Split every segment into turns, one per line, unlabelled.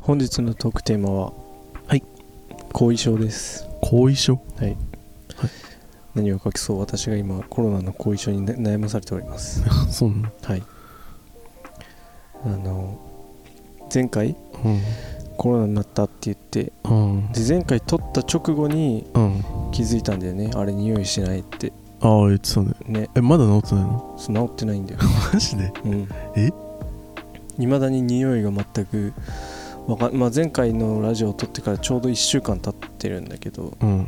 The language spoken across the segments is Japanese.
本日のトークテーマは
はい
後遺症です
後遺症
何を隠そう私が今コロナの後遺症にな悩まされております
そうなの
はいあの前回コロナになったって言って
うんうん
で前回取った直後に
うん
気づいたんだよねあれ匂いしないって
ああ言ってたね
ね
えまだ治ってないの
そう治ってないんだよ、
マジで
うん、
え
いまだに匂いが全くわかん、まあ、前回のラジオを撮ってからちょうど1週間経ってるんだけど
うん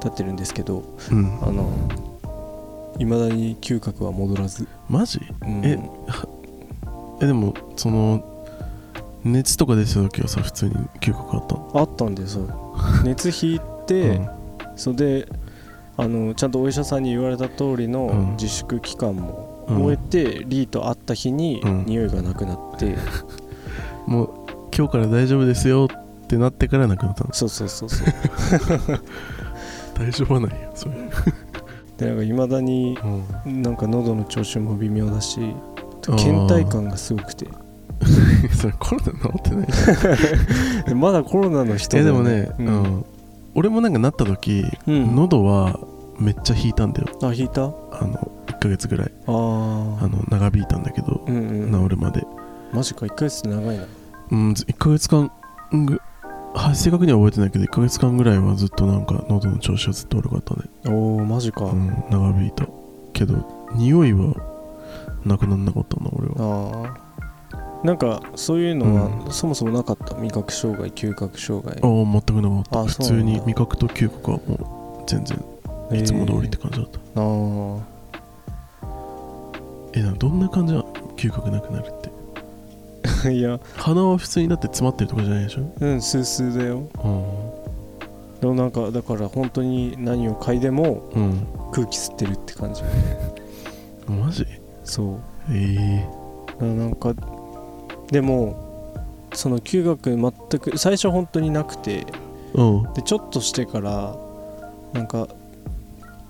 経ってるんですけど
うん
あのいまだに嗅覚は戻らず、
マジ
うん
ええでもその熱とか出てた時はさ普通に嗅覚あったの
あったんだよそう熱引い て、それであのちゃんとお医者さんに言われた通り
う
の
ん
自粛期間も
うん
終えて、リーと会った日に
うん
匂いがなくなって、
うんもう今日から大丈夫ですよってなってからなくなったの
そうそうそうそう
大丈夫はないよそれ
でなんかいまだに
うん
なんか喉の調子も微妙だし
あー
倦怠感がすごくて
それコロナ治ってない
でまだコロナの人
え
だ
で
よ
もね
う
うんん俺もなんかなった時
うん
喉はめっちゃ引いたんだよ
あ引いたあ
あの1ヶ月ぐらい
あ
あ
ー
の長引いたんだけど
うんうん
治るまで
マジか1ヶ月って長いな
うんず1ヶ月間ぐは正確には覚えてないけど1ヶ月間ぐらいはずっとなんか喉の調子はずっと悪かったね
おーマジか、
うん長引いたけど匂いはなくなんなかったな俺は
ああなんかそういうのはそもそもなかった、味覚障害嗅覚障害
ああ全くなかった
あ
普
そうな
通
んだ
に味覚と嗅覚はもう全然いつも通りって感じだった
えー あ
えなんかどんな感じなの嗅覚なくなるって
あいや
鼻は普通にだって詰まってるとかじゃないでしょ
うんスースーだよでもなんかだから本当に何を嗅いでも
うん
空気吸ってるって感じ
うんマジ
そう
ええ
だからなんかでもその嗅覚全く最初本当になくて
うん
でちょっとしてからなんか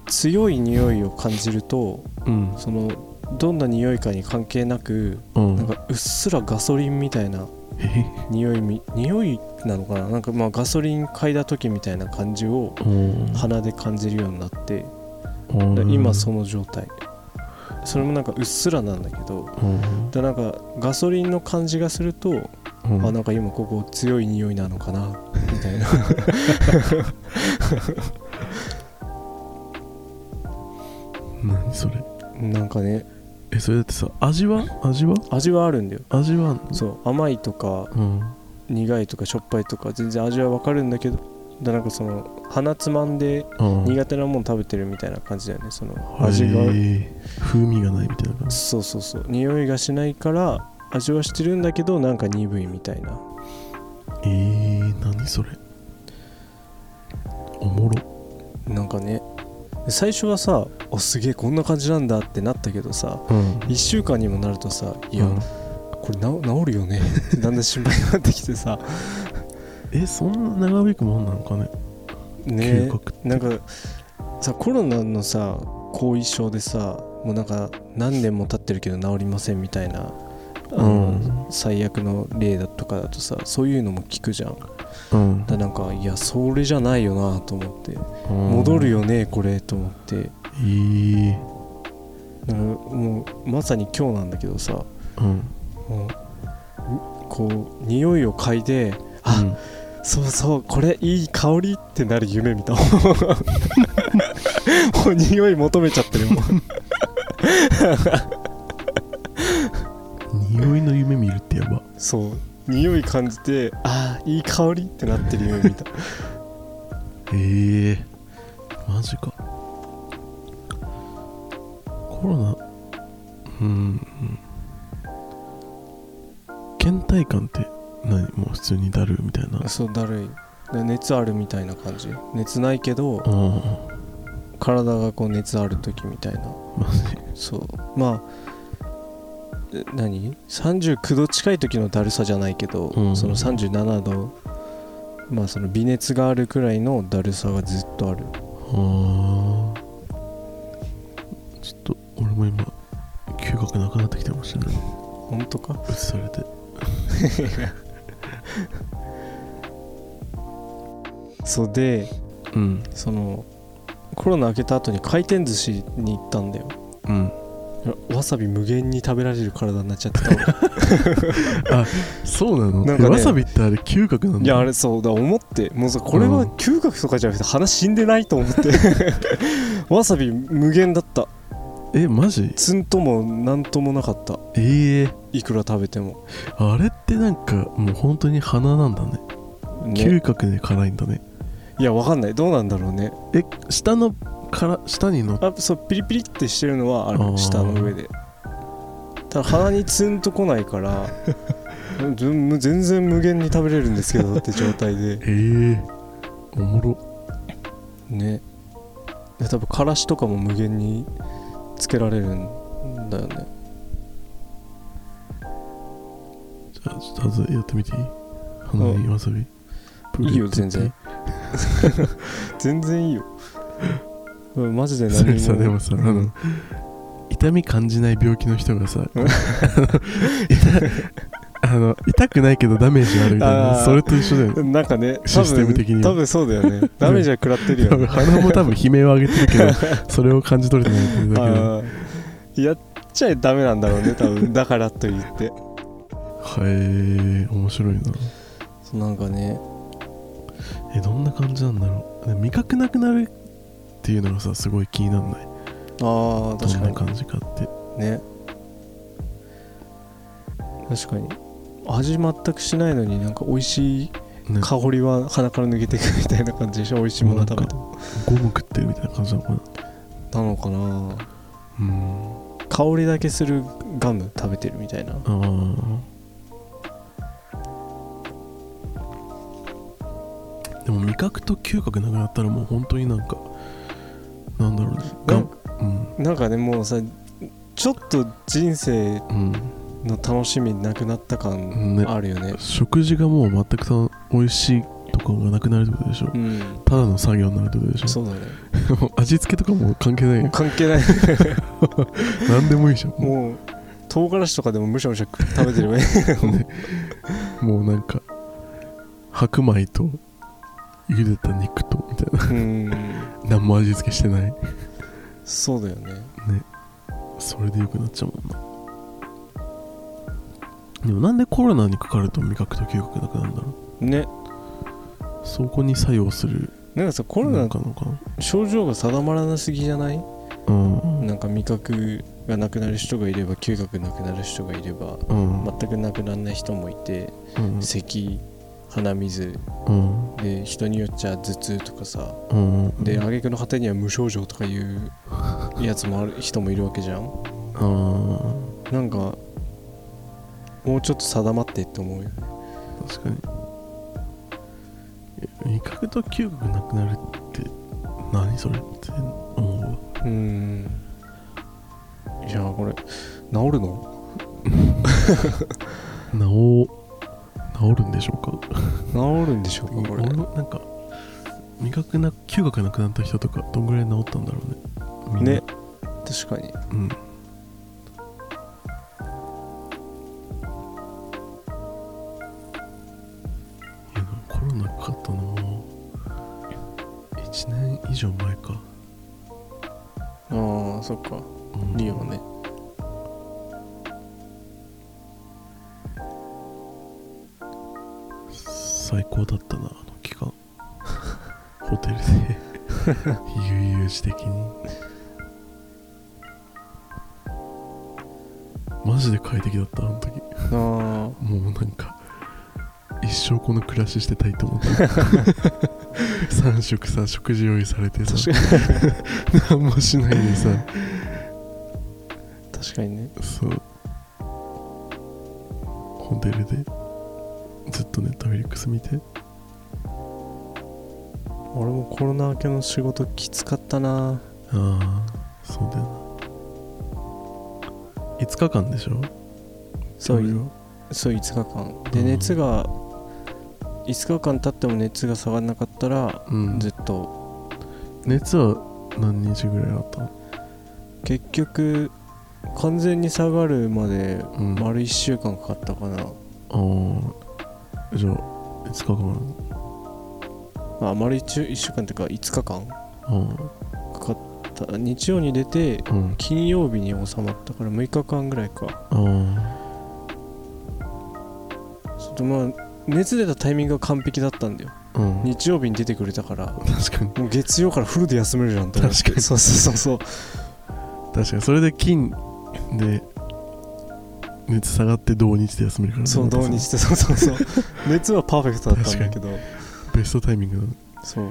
強い匂いを感じると
うん
そのどんな匂いかに関係なく
うん
なんかうっすらガソリンみたいな
ええ
匂いみ匂いなのかななんかまあガソリン嗅いだ時みたいな感じを
うん
鼻で感じるようになって
うん
で今その状態それもなんかうっすらなんだけど
うん
でなんかガソリンの感じがすると
うん
あなんか今ここ強い匂いなのかなみたい な
何それ
なんかね
えそれだってさ味は味は
味はあるんだよ
味はあんの
そう甘いとか
うん
苦いとかしょっぱいとか全然味はわかるんだけどでなんかその鼻つまんで
うん
苦手なもん食べてるみたいな感じだよねその
へえ
味が
風味がないみたいな感じ
そうそうそう匂いがしないから味はしてるんだけどなんか鈍いみたいな
えー、何それおもろ
なんかね最初はさ「おすげえこんな感じなんだ」ってなったけどさ
うん
1週間にもなるとさ「いや、
うん
これな治るよね」 ってだんだん心配になってきてさ
えそんな長引くもんなのかね
ね
嗅覚って
なんかさコロナのさ後遺症でさもうなんか何年も経ってるけど治りませんみたいな、あの
うん
最悪の例だとかだとさそういうのも聞くじゃんだか
うん
らなんかいやそれじゃないよなと思って戻
戻
るよねこれと思って
えー、
なんかもうまさに今日なんだけどさ
うん
もうこう匂いを嗅いであ、
うん
そうそうこれいい香りってなる夢見た もう匂い求めちゃってるもん
匂いの夢見るってやば
そう匂い感じてあーいい香りってなってる夢見た
えー、マジかコロナうん間って何もう普通にだるみたいな
そうだるいで熱あるみたいな感じ熱ないけど
あ
体がこう熱ある時みたいな
あまあね
そうまあえ何39度近い時のだるさじゃないけど、
うん
その37度まあその微熱があるくらいのだるさがずっとある
ああちょっと俺も今嗅覚なくなってきてもしれない
本当か
移されて
そうで
うん
そのコロナ明けた後に回転寿司に行ったんだよ
うん
わさび無限に食べられる体になっちゃってた俺
そうなの
なんかね
わさびってあれ嗅覚なんだ
いやあれそうだ思ってもうさこれは嗅覚とかじゃなくて鼻死んでないと思って わさび無限だった
えマジ
ツンともなんともなかった
ええ
いくら食べても、
あれってなんかもう本当に鼻なんだね
ね
嗅、覚で辛いんだね
いやわかんないどうなんだろうね
え下のから下にのっ
あそうピリピリってしてるのはあ
あー
る舌の上でただ鼻にツンとこないから 全全然無限に食べれるんですけどって状態で
ええおもろ
ねいや多分からしとかも無限につけられるんだよね
じゃあちょっとはずやってみていい鼻にわさび
いいよ全然全然いいようんマジで
そ
何
れさ
も
でもさあの痛み感じない病気の人がさ
うん
こうあの痛あ の痛くないけどダメージあるみたい
あ
な
ー
それと一緒だよね
なんかね多
システム
分
的には
多分そうだよねダメージは食らってるよね
多分鼻も多分悲鳴を上げてるけどそれを感じ取れてないっていうだけでは
あーやっちゃダメなんだろうね多分だからと言って
い、え面白いな
なんかね
えどんな感じなんだろうで味覚なくなるっていうのがさすごい気にならない
ああ
どんな
確か
感じかって
にね確かに味全くしないのになんか美味しい
ね
香りは鼻から抜けていくみたいな感じでしょ美味しいもの食べても
ゴム食ってるみたいな感じなのかな
なのかな
うんあ
香りだけするガム食べてるみたいな
ーでも味覚と嗅覚なくなったらもう本当になんかなんだろうねが
なん
んうん
なんかねもうさちょっと人生
うん
の楽しみなくなった感
ね
あるよね
食事がもう全くさ美味しいとかがなくなるってことでしょ
うん
ただの作業になるってことでしょ
そうだね
もう 味付けとかもう関係 ない
もう
よ
関係ない
何でもいいじゃんも
もう唐辛子とかでもむしゃむしゃ食食べてれ ばいい
うもうなんか白米と茹でた肉とみたいな
う ん
何も味付けしてない
そうだよね
それでよくなっちゃうもんなでもなんでコロナにかかると味覚と嗅覚なくなるんだろ
ね
うそこに作用する
なんかさコロ
な
ナ
んかのかな
症状が定まらなすぎじゃない
うんうん
なんか味覚がなくなる人がいれば嗅覚なくなる人がいれば
うん
全くなくならない人もいて
うん
咳鼻水
うん
で人によっちゃ頭痛とかさ
うん
で挙句の果てには無症状とかいうやつもある人もいるわけじゃん
うん
なんかもうちょっと定まってって思うよ
確かにえ味覚と嗅覚なくなるって何それって思うわ
うーんいやーこれ治るの
治治るんでしょうか
治るんでしょうかこれ
俺もなんか味覚な嗅覚なくなった人とかどんぐらい治ったんだろうねみんな
ね確かに
うんいやでもコロナかかったのも1年以上前か、
ああそっか
うん
リオね
最高だったなあの期間ホテルで悠々自適にマジで快適だったあの時
あ
もうなんか一生この暮らししてたいと思って3食さ食事用意されてさ
確
何もしないでさ
あ確かにね
そうホテルでずっとネットフリックス見て
俺もコロナ明けの仕事きつかったな
ああそうだよな5日間でしょ
そう
い
いうそう5日間で
うん
熱が5日間経っても熱が下がらなかったら
うん
ずっと
熱は何日ぐらいあった
結局完全に下がるまで
うんあ
丸1週間かかったかな、
あじゃあ5日間
まあ、丸 1, 週間というか5日間
あ
かかった日曜に出て
あうん
金曜日に収まったから6日間ぐらいか
あ
ちょっとまあ熱出たタイミングが完璧だったんだよ
あうん
日曜日に出てくれたから
確かに
もう月曜からフルで休めるじゃんと思って
確かに
そうそうそうそう
確かにそれで金で熱下がって同日で休める からね
そうどうにしてそうそう そう熱はパーフェクトだったんだけど
ベストタイミングだ
そう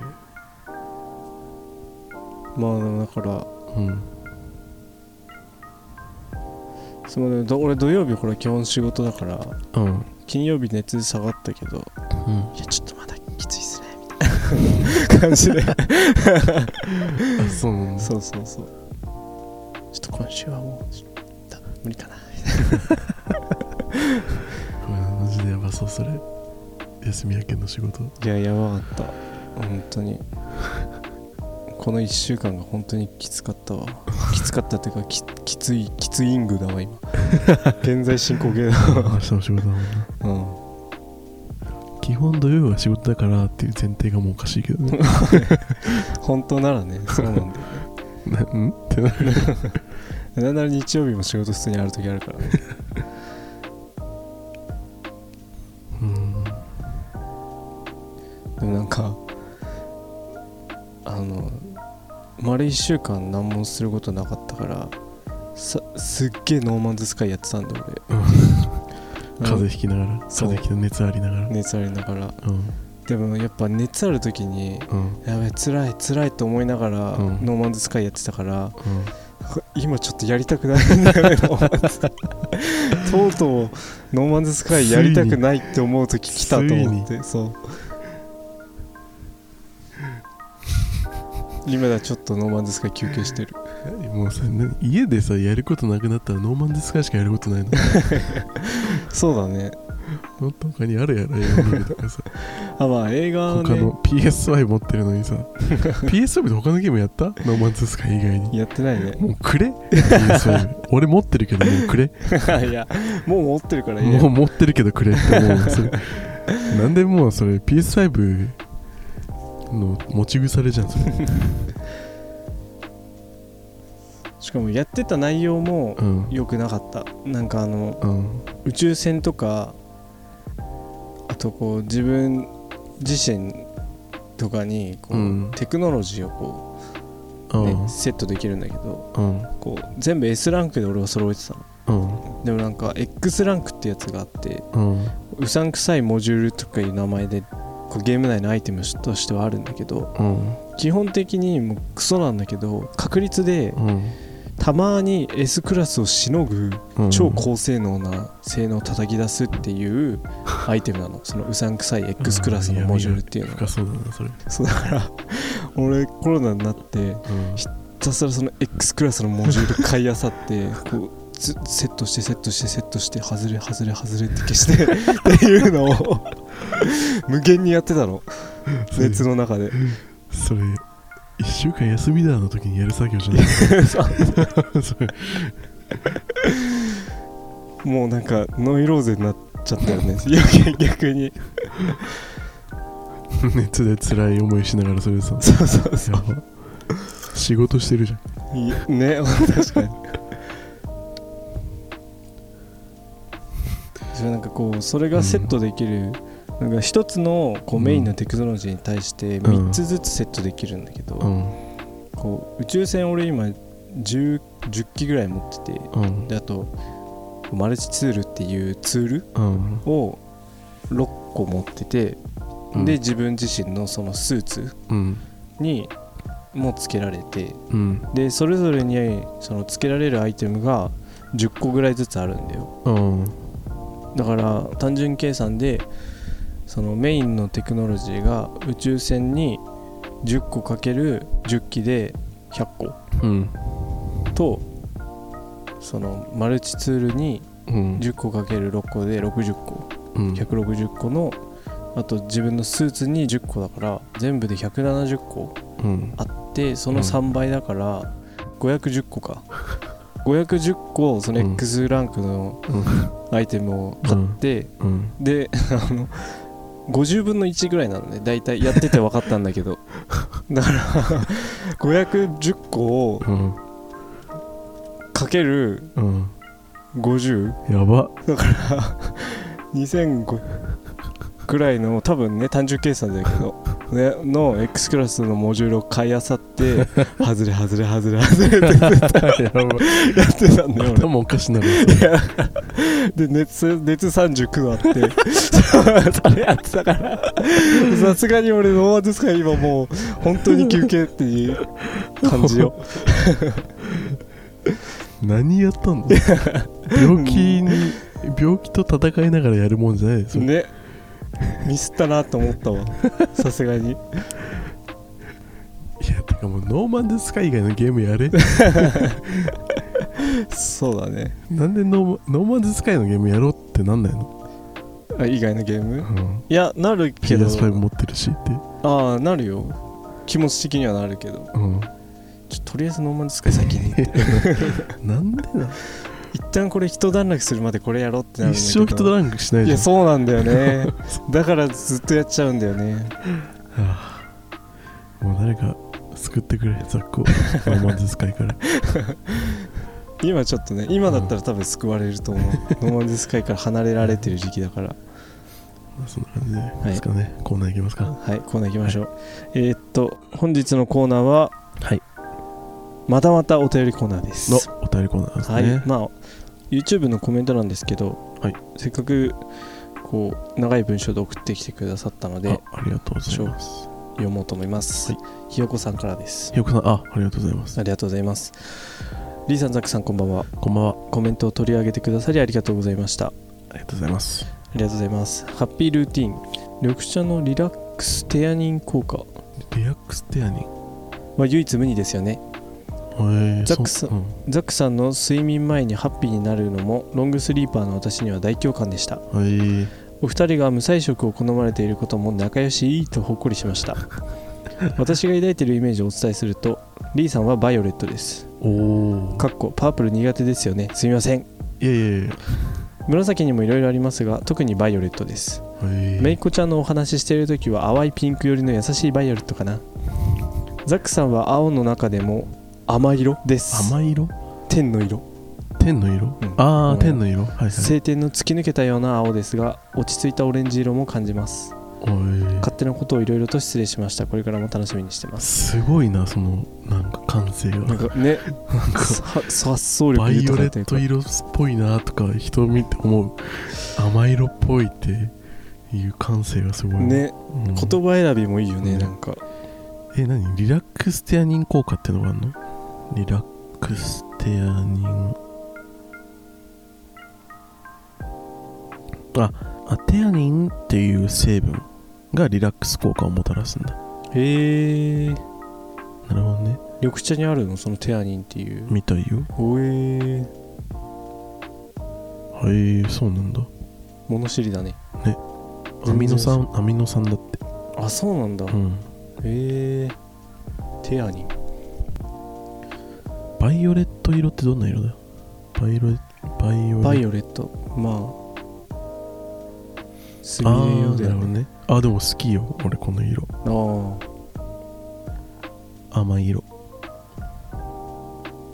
まあでもだから
うん
すまんど俺土曜日ほら基本仕事だから
うん
金曜日熱下がったけど
うん
いやちょっとまだきついっすねみたいな感じ で
あそうなんだ
そうそうそうちょっと今週はもうちょっと無理かな
うわマジでやばそうそれ休み明けの仕事
いややばかった本当にこの1週間が本当にきつかったわきつかったっていうかききついきついングだわ今 現在進行形だ
明日の仕事だもんな
うん
基本土曜が仕事だからっていう前提がもうおかしいけど ね
本当ならねそうなんだよね
なんってなる
なんなら日曜日も仕事普通にある時あるからね
うん
でもなんかあの丸1週間何もすることなかったからさすっげえノーマンズスカイやってたんだよ
うん
俺
風邪ひきながら風
そう
邪ひきの熱ありながら
熱ありながら
うん
でもやっぱ熱ある時に
うん
やべえ辛い辛いと思いながら、
うん
ノーマンズスカイやってたから
うん
今ちょっとやりたくないんだよねノーマンズスカイとうとうノーマンズスカイやりたくないって思う時来たと思ってそう今だちょっとノーマンズスカイ休憩してる
もうさな家でさやることなくなったらノーマンズスカイしかやることないの
そうだね
もっと他にあるやろ映画見るとか さ
あまあ映画は
他
ね
の PSY 持ってるのに さ PSY で他のゲームやったノーマンズスカイ以外に
やってない ね
もうくれ PSY 俺持ってるけどもうくれ
いやもう持ってるからいい
もう
や
持ってるけどくれって思う それなんでもうそれ PS5 の持ち腐れじゃんそれ
しかもやってた内容も
うん
良くなかったなんかあの
うん
宇宙船とかあとこう自分自身とかにこう、
うん
テクノロジーを
う
こう、ね
ん
セットできるんだけど
うん
こう全部 S ランクで俺は揃えてたの
うん
でもなんか X ランクってやつがあって
うん
うさんくさいモジュールとかいう名前でこうゲーム内のアイテムとしてはあるんだけど
うん
基本的にもうクソなんだけど確率で
うん
たまに S クラスをしのぐ
うん
超高性能な性能を叩き出すって いうアイテムなのそのうさんくさい X クラスのモジュールっていうのが
深そうだなそれ
そうだから俺コロナになって
うん
ひたすらその X クラスのモジュール買い漁ってこうずセットしてセットしてセットして外れ外れ外れって消 してっていうのを無限にやってたの
それ
熱の中で
それ1週間休みだの時にやる作業 じゃないそれ
もうなんかノイローゼになっちゃったよね逆逆に
熱で辛い思いしながらそれさ
そうそうそう
やば仕事してるじゃん
いやね 確かにそれなんかこうそれがセットできる、なんか一つのこう
うん
メインのテクノロジーに対して
ん
3つずつセットできるんだけど、
うん
こう宇宙船俺今 10, 10機ぐらい持ってて
うん
であとマルチツールっていうツール
うん
を6個持ってて、
うん
で自分自身のそのスーツ
うん
にもつけられて、
うん
でそれぞれにその付けられるアイテムが10個ぐらいずつあるんだよ
うん
だから単純計算でそのメインのテクノロジーが宇宙船に10個かける10機で100個
うん
とそのマルチツールに
うん
10個かける6個で60個
うん
160個のあと自分のスーツに10個だから全部で170個
うん
あってその
うん
3倍だから510個か510個その
うん
X ランクの
うん
アイテムを買って
うん
であの50分の1ぐらいなのね大体やってて分かったんだけどだから510個を
うん
かける
うん
50
やば
2005くらいの多分ね単純計算だけど、ね、の X クラスのモジュールを買いあさって外れ外れ外れ外れって
やば
やってたんだよ
頭おかしなる
俺で熱熱39度あって それやってたからさすがに俺ノーマルですから今もう本当に休憩っていう感じ よ
何やったの病気に病気と戦いながらやるもんじゃないですよ、
ねミスったなと思ったわさすがに
いやてかもうノーマンズスカイ以外のゲームやれ
そうだね
なんでノーマノーマンズスカイのゲームやろうってなんないの、
あ以外のゲー
う
ム
ん、
いやなるけど
PS5 持ってるしって、
ああなるよ気持ち的にはなるけど
うん、
ちょとりあえずノーマンズスカイ先に
なんでな
一旦これ一段落するまでこれやろうってなるんだけど
一生人ランクしない
い
じゃ
や
ん
そうなんだよ ねだからずっとやっちゃうんだよね
はあもう誰か救ってくれ雑魚ノーマンズスカイから
今ちょっとね今だったら多分救われると思うノーマンズスカイから離れられてる時期だから
まあそんな感じでですかね、コーナーいきますか
はいコーナー行きましょう、えー、っと本日のコーナーは
はい
またまたお便りコーナーです
のお便りコーナーですね、
はい、まあ YouTube のコメントなんですけど、
はい
せっかくこう長い文章で送ってきてくださったので
あありがとうございます
読もうと思います、
は
ひよこさんからです
ひよこさんあありがとうございます
ありがとうございますリーさんザクさんこんばんは
こんばんは
コメントを取り上げてくださりありがとうございました
ありがとうございます
ありがとうございますハッピールーティン緑茶のリラックステアニン効果
リラックステアニン
は唯一無二ですよね
へえ
ザック
そ
ス
うん
ザックさんの睡眠前にハッピーになるのもロングスリーパーの私には大共感でした
はい
お二人が無彩色を好まれていることも仲良しいいとほっこりしました私が抱いているイメージをお伝えするとリーさんはバイオレットです
おお
かっこパープル苦手ですよねすみません
いやいやいや
紫にもいろいろありますが特にバイオレットです
はい
めいっ子ちゃんのお話ししている時は淡いピンク寄りの優しいバイオレットかなザックさんは青の中でも甘い色です
甘い色
天の色
天の色、
うん
ああ、
うん
天の色はいはい
晴天の突き抜けたような青ですが落ち着いたオレンジ色も感じます
おい
勝手なことをいろいろと失礼しましたこれからも楽しみにしてます
すごいなそのなんか感性が
なんかね
なんか
さ発想力
バイオ
豊
レ
かとい
ッ
うか
ト色っぽいなとか人を見て思う甘い色っぽいっていう感性がすごいな、
ね
う
言
ん
葉選びもいいよね、
うん
なんか
え何リラックステアニン効果ってのがあるのリラックステアニンああテアニンっていう成分がリラックス効果をもたらすんだ
へえ
なるほどね
緑茶にあるのそのテアニンっていう
みたいよ
おえー
はいそうなんだ
物知りだね
ア
全
ミ
然
ノ酸アミノ酸だって
あそうなんだ、
うん
へえテアニン
バイオレット色ってどんな色だよバイオレバイオレ
バ
オ
イオレットまあすみ
あ
れよ
ー
で
な
あ
るほどねあでも好きよ俺この色
あー
甘い色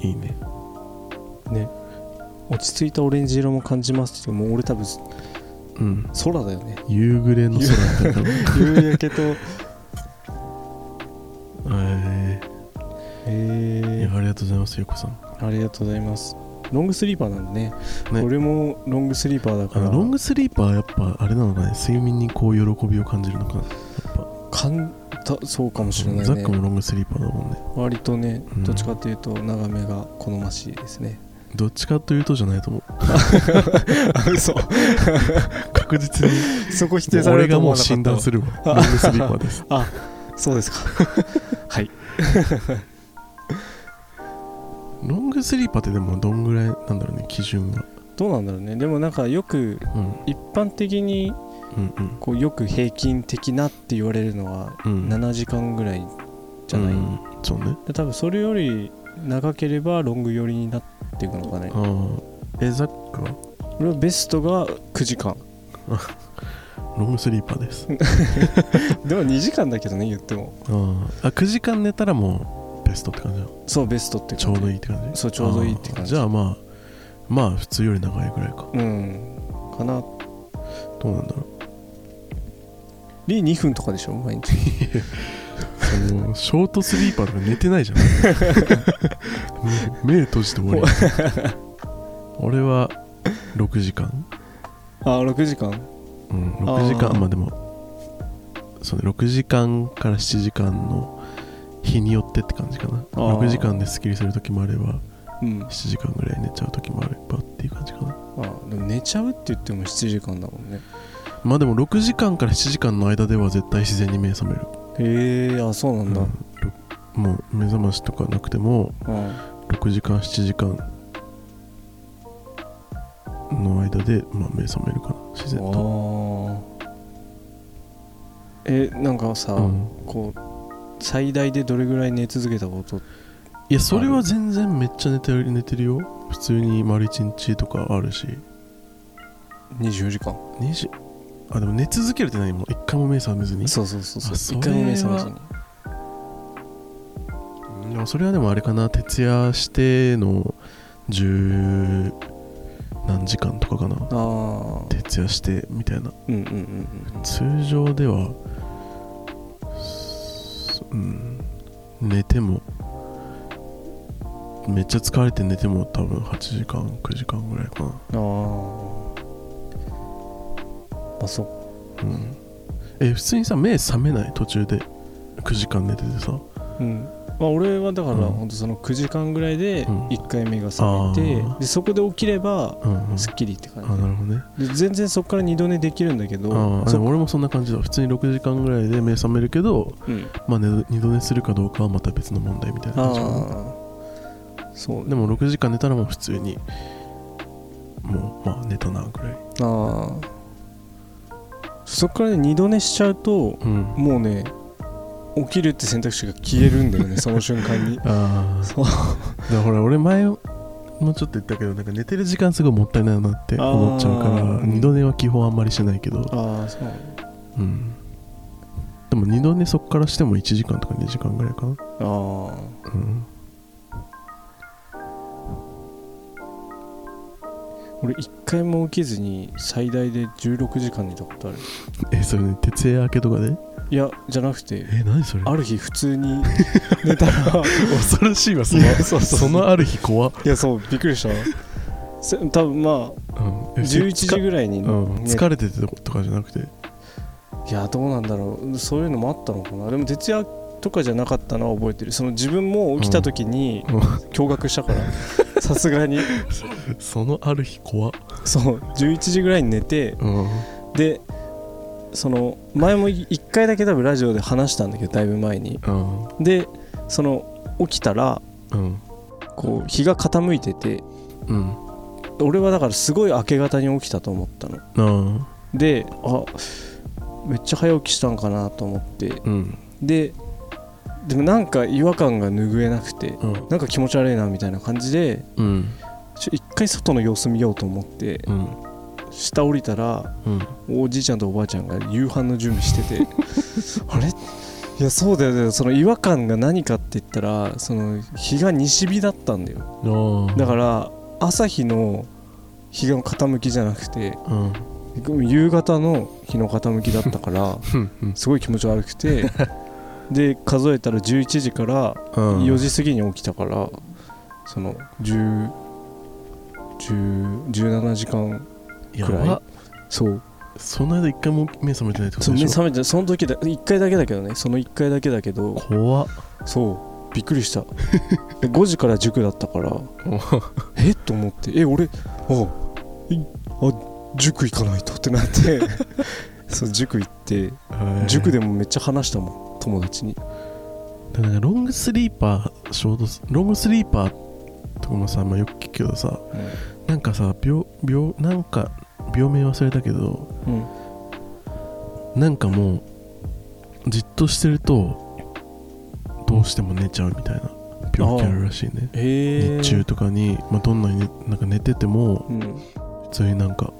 いいね
落ち着いたオレンジ色も感じますけどもう俺多分
うん
空だよね
夕暮れの空みたいな
夕焼けとへ
えーい
え
やありがとうございますゆうこさん
ありがとうございますロングスリーパーなんでね
ね
俺もロングスリーパーだ
あ
か
の
ら
ロングスリーパーはやっぱあれなのかね睡眠にこう喜びを感じるのかな
かんたそうかもしれな
ザ
い
ック
ね
もロングスリーパーだもんね
割とね
うん
どっちかっていうと長めが好ましいですね
どっちかというとじゃない と思う
あ 嘘
確実に
そこ否定
も
さ
う
れ
俺
ると
が
思
も
わなかっ
う
た
診断 するわロングスリーパーです
そうですかはい
ロングスリーパーってでもどんぐらいなんだろうね基準は
どうなんだろうねでもなんかよく
うん
一般的に
うんうん
こうよく平均的なって言われるのは
うん
7時間ぐらいじゃない、
うんそうね
で多分それより長ければロング寄りになっていくのかね
ああえザックは
俺はベストが9時 間
ロングスリーパーです
でも2時間だけどね言っても
あーあ9時間寝たらもうベストって感じだ
そうベストって
ちょうど
い
いいって感じ
そうちょうどいいって感じ
あーじゃあまあまあ普通より長いぐらいか
うんかな
どうなんだろう
り2分とかでしょ毎日
そのショートスリーパーとか寝 てないじゃん目目閉じて終わり俺は6時間
あ6時間
うん6時間
あー
まあでもそうね6時間から7時間の日によってって感じかな
あー
6時間でスッキリする時もあれば
うんあ
7時間ぐらい寝ちゃう時もあればっていう感じかな
でも寝ちゃうって言っても7時間だもんね
まあでも6時間から7時間の間では絶対自然に目覚める、
へえあそうなんだ、
うんもう目覚ましとかなくても
あ
6時間7時間の間で、まあ、目覚めるかな自
あ
然と
ーえなんかさ、
うん
こう最大でどれぐらい寝続けたこと
いやそれは全然めっちゃ寝てる寝てるよ普通に丸1日とかあるし
24時間
20あでも寝続けるって何もう一回も目覚めずに
そうそうそうそう
あそれ
一回も目覚めずに
いやそれはでもあれかな徹夜しての十何時間とかかな
ああ
徹夜してみたいな
うんうんうんうん
通常ではすうん寝てもめっちゃ疲れて寝ても多分8時間9時間ぐらいかな
あーあそっ
うんえ普通にさ目覚めない途中で9時間寝ててさ
うんまあ、俺はだから、
うん
ほんとその9時間ぐらいで
うん
1回目が覚めて、
あー
でそこで起きれば
うんうん
すっきりって感
あなるほどね
じ、で全然そこから二度寝できるんだけ
あ
ど
あで
そ
も俺もそんな感じだ普通に6時間ぐらいで目覚めるけど、
うん、
まあ、寝二度寝するかどうかはまた別の問題みたいな感じかな
ああそう
でも6時間寝たらもう普通にもうまあ寝たなぐらい
ああそこからね二度寝しちゃうと
うん
もうね起きるって選択肢が消えるんだよ ねその瞬間に
ああ
そう
だからほら俺前もちょっと言ったけどなんか寝てる時間すごいもったいないなって思っちゃうか
あ
ら
ー
二度寝は基本あんまりしないけど
ああそう
うんでも二度寝そっからしても1時間とか2時間ぐらいかな
ああ
うん
俺一回も起きずに最大で16時間寝たことある
えそれね徹夜明けとかで
いやじゃなくて
え何それ
ある日普通に寝 たら
恐ろしいわそ
い
の
やそうそう
そのある日怖っ
いやそうびっくりしたせ多分まあ
うん
11時ぐらいに、
うん、
ね
疲れててとかじゃなくて
いやどうなんだろうそういうのもあったのかなでも徹夜とかじゃなかったのは覚えてるその自分も起きた時に
うん
驚愕したからさすがに
そのある日怖っ、
そう11時ぐらいに寝て
うん、
でその前も1回だけ多分ラジオで話したんだけどだいぶ前に
うん
でその起きたら
うん
こう日が傾いてて
うん
俺はだからすごい明け方に起きたと思ったの
うん
であめっちゃ早起きしたんかなと思って
うん
ででもなんか違和感が拭えなくて
うん
なんか気持ち悪いなみたいな感じで
うん
ちょ一回外の様子見ようと思って
うん
下降りたら
うん
おじいちゃんとおばあちゃんが夕飯の準備してて あれいやそうだよねその違和感が何かって言ったらその日が西日だったんだよ
ああ
だから朝日の日の傾きじゃなくて
らうん
夕方の日の傾きだったから
うん
すごい気持ち悪く てで数えたら11時から
うん
4時過ぎに起きたから、その10 10 17時間
や
くらい
ば
そう
その間一回も目覚めてないってこ
そ
と
う
で
目
しょ
覚めてその時だ1回だけだけどねその1回だけだけど
怖っ
そびっくり したで5時から塾だったからえっと思ってえ俺あいあ塾行かないとってなって そう塾行って 塾で
も
もめっちゃ話したもん友達に
なんかロングスリーパーショートスロングスリーパーとかもさ、まあ、よく聞くけどさなんかさ病病なんか病名忘れたけど
うん
なんかもうじっとしてるとどうしても寝ちゃうみたいな病気あるらしいね
へえ
日中とかに、まあ、どんなに、ね、なんか寝てても
うん
普通になんか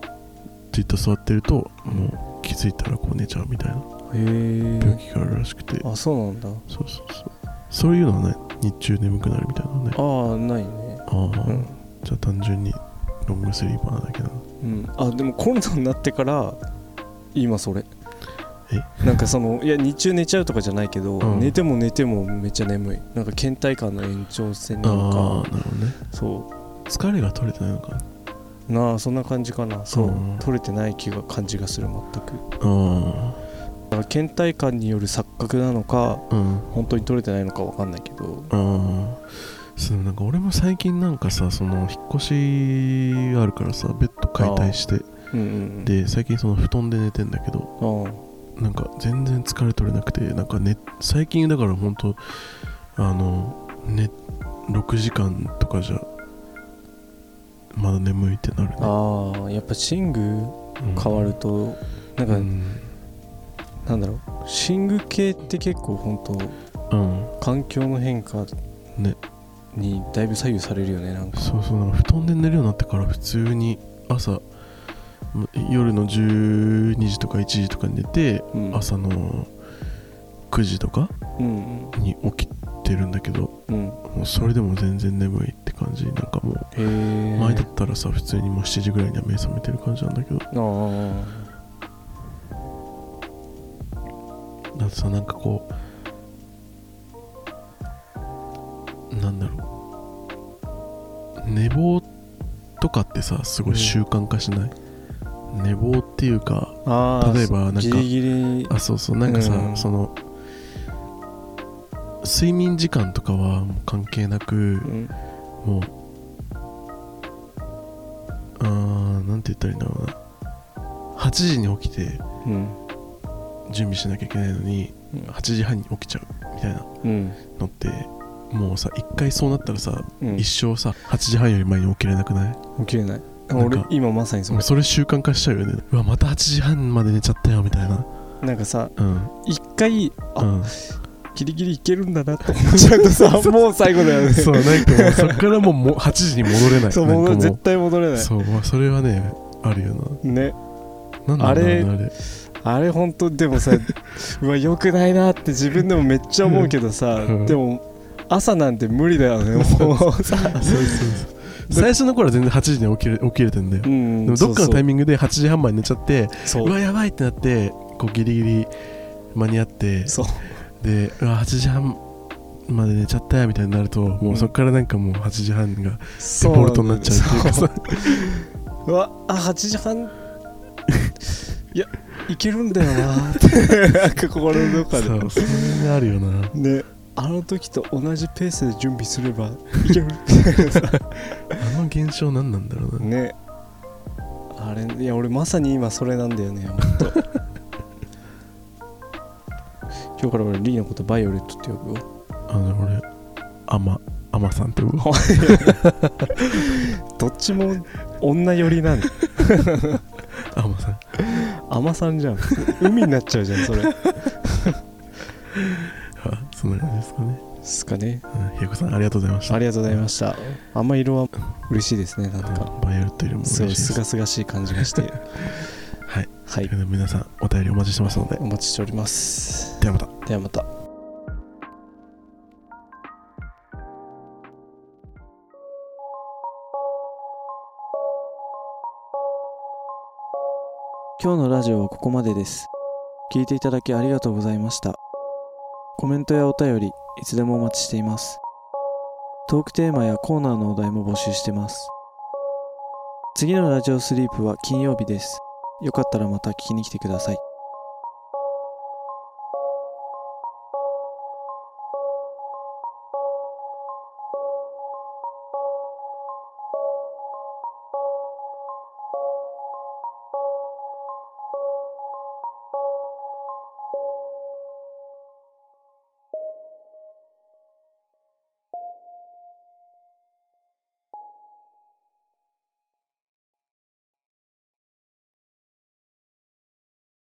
じっと座ってるともう気づいたらこう寝ちゃうみたいな
へ
病
え
気があるらしくて、
あそうなんだ
そうそうそうそういうのはね日中眠くなるみたいなのね
ああないね
ああ、
うん
じゃあ単純にロングスリーパーだけなの
うん、あでもコロナになってから今それ
え
なんかそのいや日中寝ちゃうとかじゃないけど、
うん
寝ても寝てもめっちゃ眠いなんか倦怠感の延長線な
あ
の
あなるほどね
かそ
疲れが取れてないのかな
うなあそんな感じかなそう、
うん
取れてない気が感じがする全く
あ
だから倦怠感による錯覚なのか
あうん
本当に取れてないのかわかんないけど
ああそうなんか俺も最近なんかさその引っ越しがあるからさベッド解体して
うんうん
で最近その布団で寝てんだけど
あー
なんか全然疲れ取れなくてなんか、ね、最近だから本当あのね6時間とかじゃまだ眠いってなるね
あーやっぱ寝具
うん
変わると、なん
う
か、
ん、
なんだろう寝具系って結構本当
うん、
環境の変化
ね
にだいぶ左右されるよねなんか
そうそうなんか布団で寝るようになってから普通に朝ま夜の12時とか1時とかに寝て
うん
朝の9時とか
うん
に起きてるんだけど
うん
もうそれでも全然眠いって感じなんかも
へえ
う前だったらさ普通にもう7時ぐらいには目覚めてる感じなんだけど
ああ
だってさなんかこうなんだろう寝坊とかってさすごい習慣化しない、寝坊っていうか
ああ
例えばなんか
ギリギリ
あそうそうなんかさ、
うん
その睡眠時間とかはもう関係なく
うん
もうあーなんて言ったらいいんだろうな8時に起きて
うん
準備しなきゃいけないのに
うん
8時半に起きちゃうみたいな
うん
のってもうさ一回そうなったらさ、
うん
一生さ8時半より前に起きれなくない
起きれない
なんか
俺今まさにそ
も
れ
うそれ習慣化しちゃうよねうわまた8時半まで寝ちゃったよみたいな
なんかさ
うん
一回
う
あ
ん
ギリギリいけるんだな と思っちゃうとさもう最後だよね
そうなんかもうそっからもうもう8時に戻れな い
そう
なん
も
か
う
も
絶対戻れ
う
ない
そうまあそれはねあるよ
ね
ななんだろうなあれ
あれ本当でも さうわ良くないなって自分でもめっちゃ思うけどさ、
うん
でも朝なんて無理だよねもうさ、
そうそう そう最初の頃は全然8時に起きれ起きれてんだよ、
うん、
でもどっかのタイ
ミ
ミングで8時半まで寝ちゃって
ングそうう
わやばいってなってこうギリギリ間に合って
そう
でうわ8時半まで寝ちゃったよみたいになるともうそっからなんかもう8時半がデ
そ
フォルトになっちゃうっていうかさ
そううわあ8時半いやいけるんだよなってなん か心のどっか
そ
で
うそれがあるよな
ねあの時と同じペースで準備すればい ける
あの現象何なんだろうな
ねあれいや俺まさに今それなんだよねほんと 今日から俺リーのことバイオレットって呼ぶよ
あの俺アマアマさんって呼ぶ
どっちも女寄りなんだ
アマさん
甘さんじゃん海になっちゃうじゃんそれ で
あそんな感じですかね
すかね
うんひやこさんありがとうございました
ありがとうございましたあんま色は嬉しいですねなんか
うんバイオレットよりも嬉し
そ
いうです
がすがしい感じがして
はい
は
という
い
ことで皆さんお便りお待ちしてますので
お待ちしております
ではまた
ではまた今日のラジオはここまでです聞いていただきありがとうございましたコメントやお便りいつでもお待ちしていますトークテーマやコーナーのお題も募集してます次のラジオスリープは金曜日ですよかったらまた聞きに来てください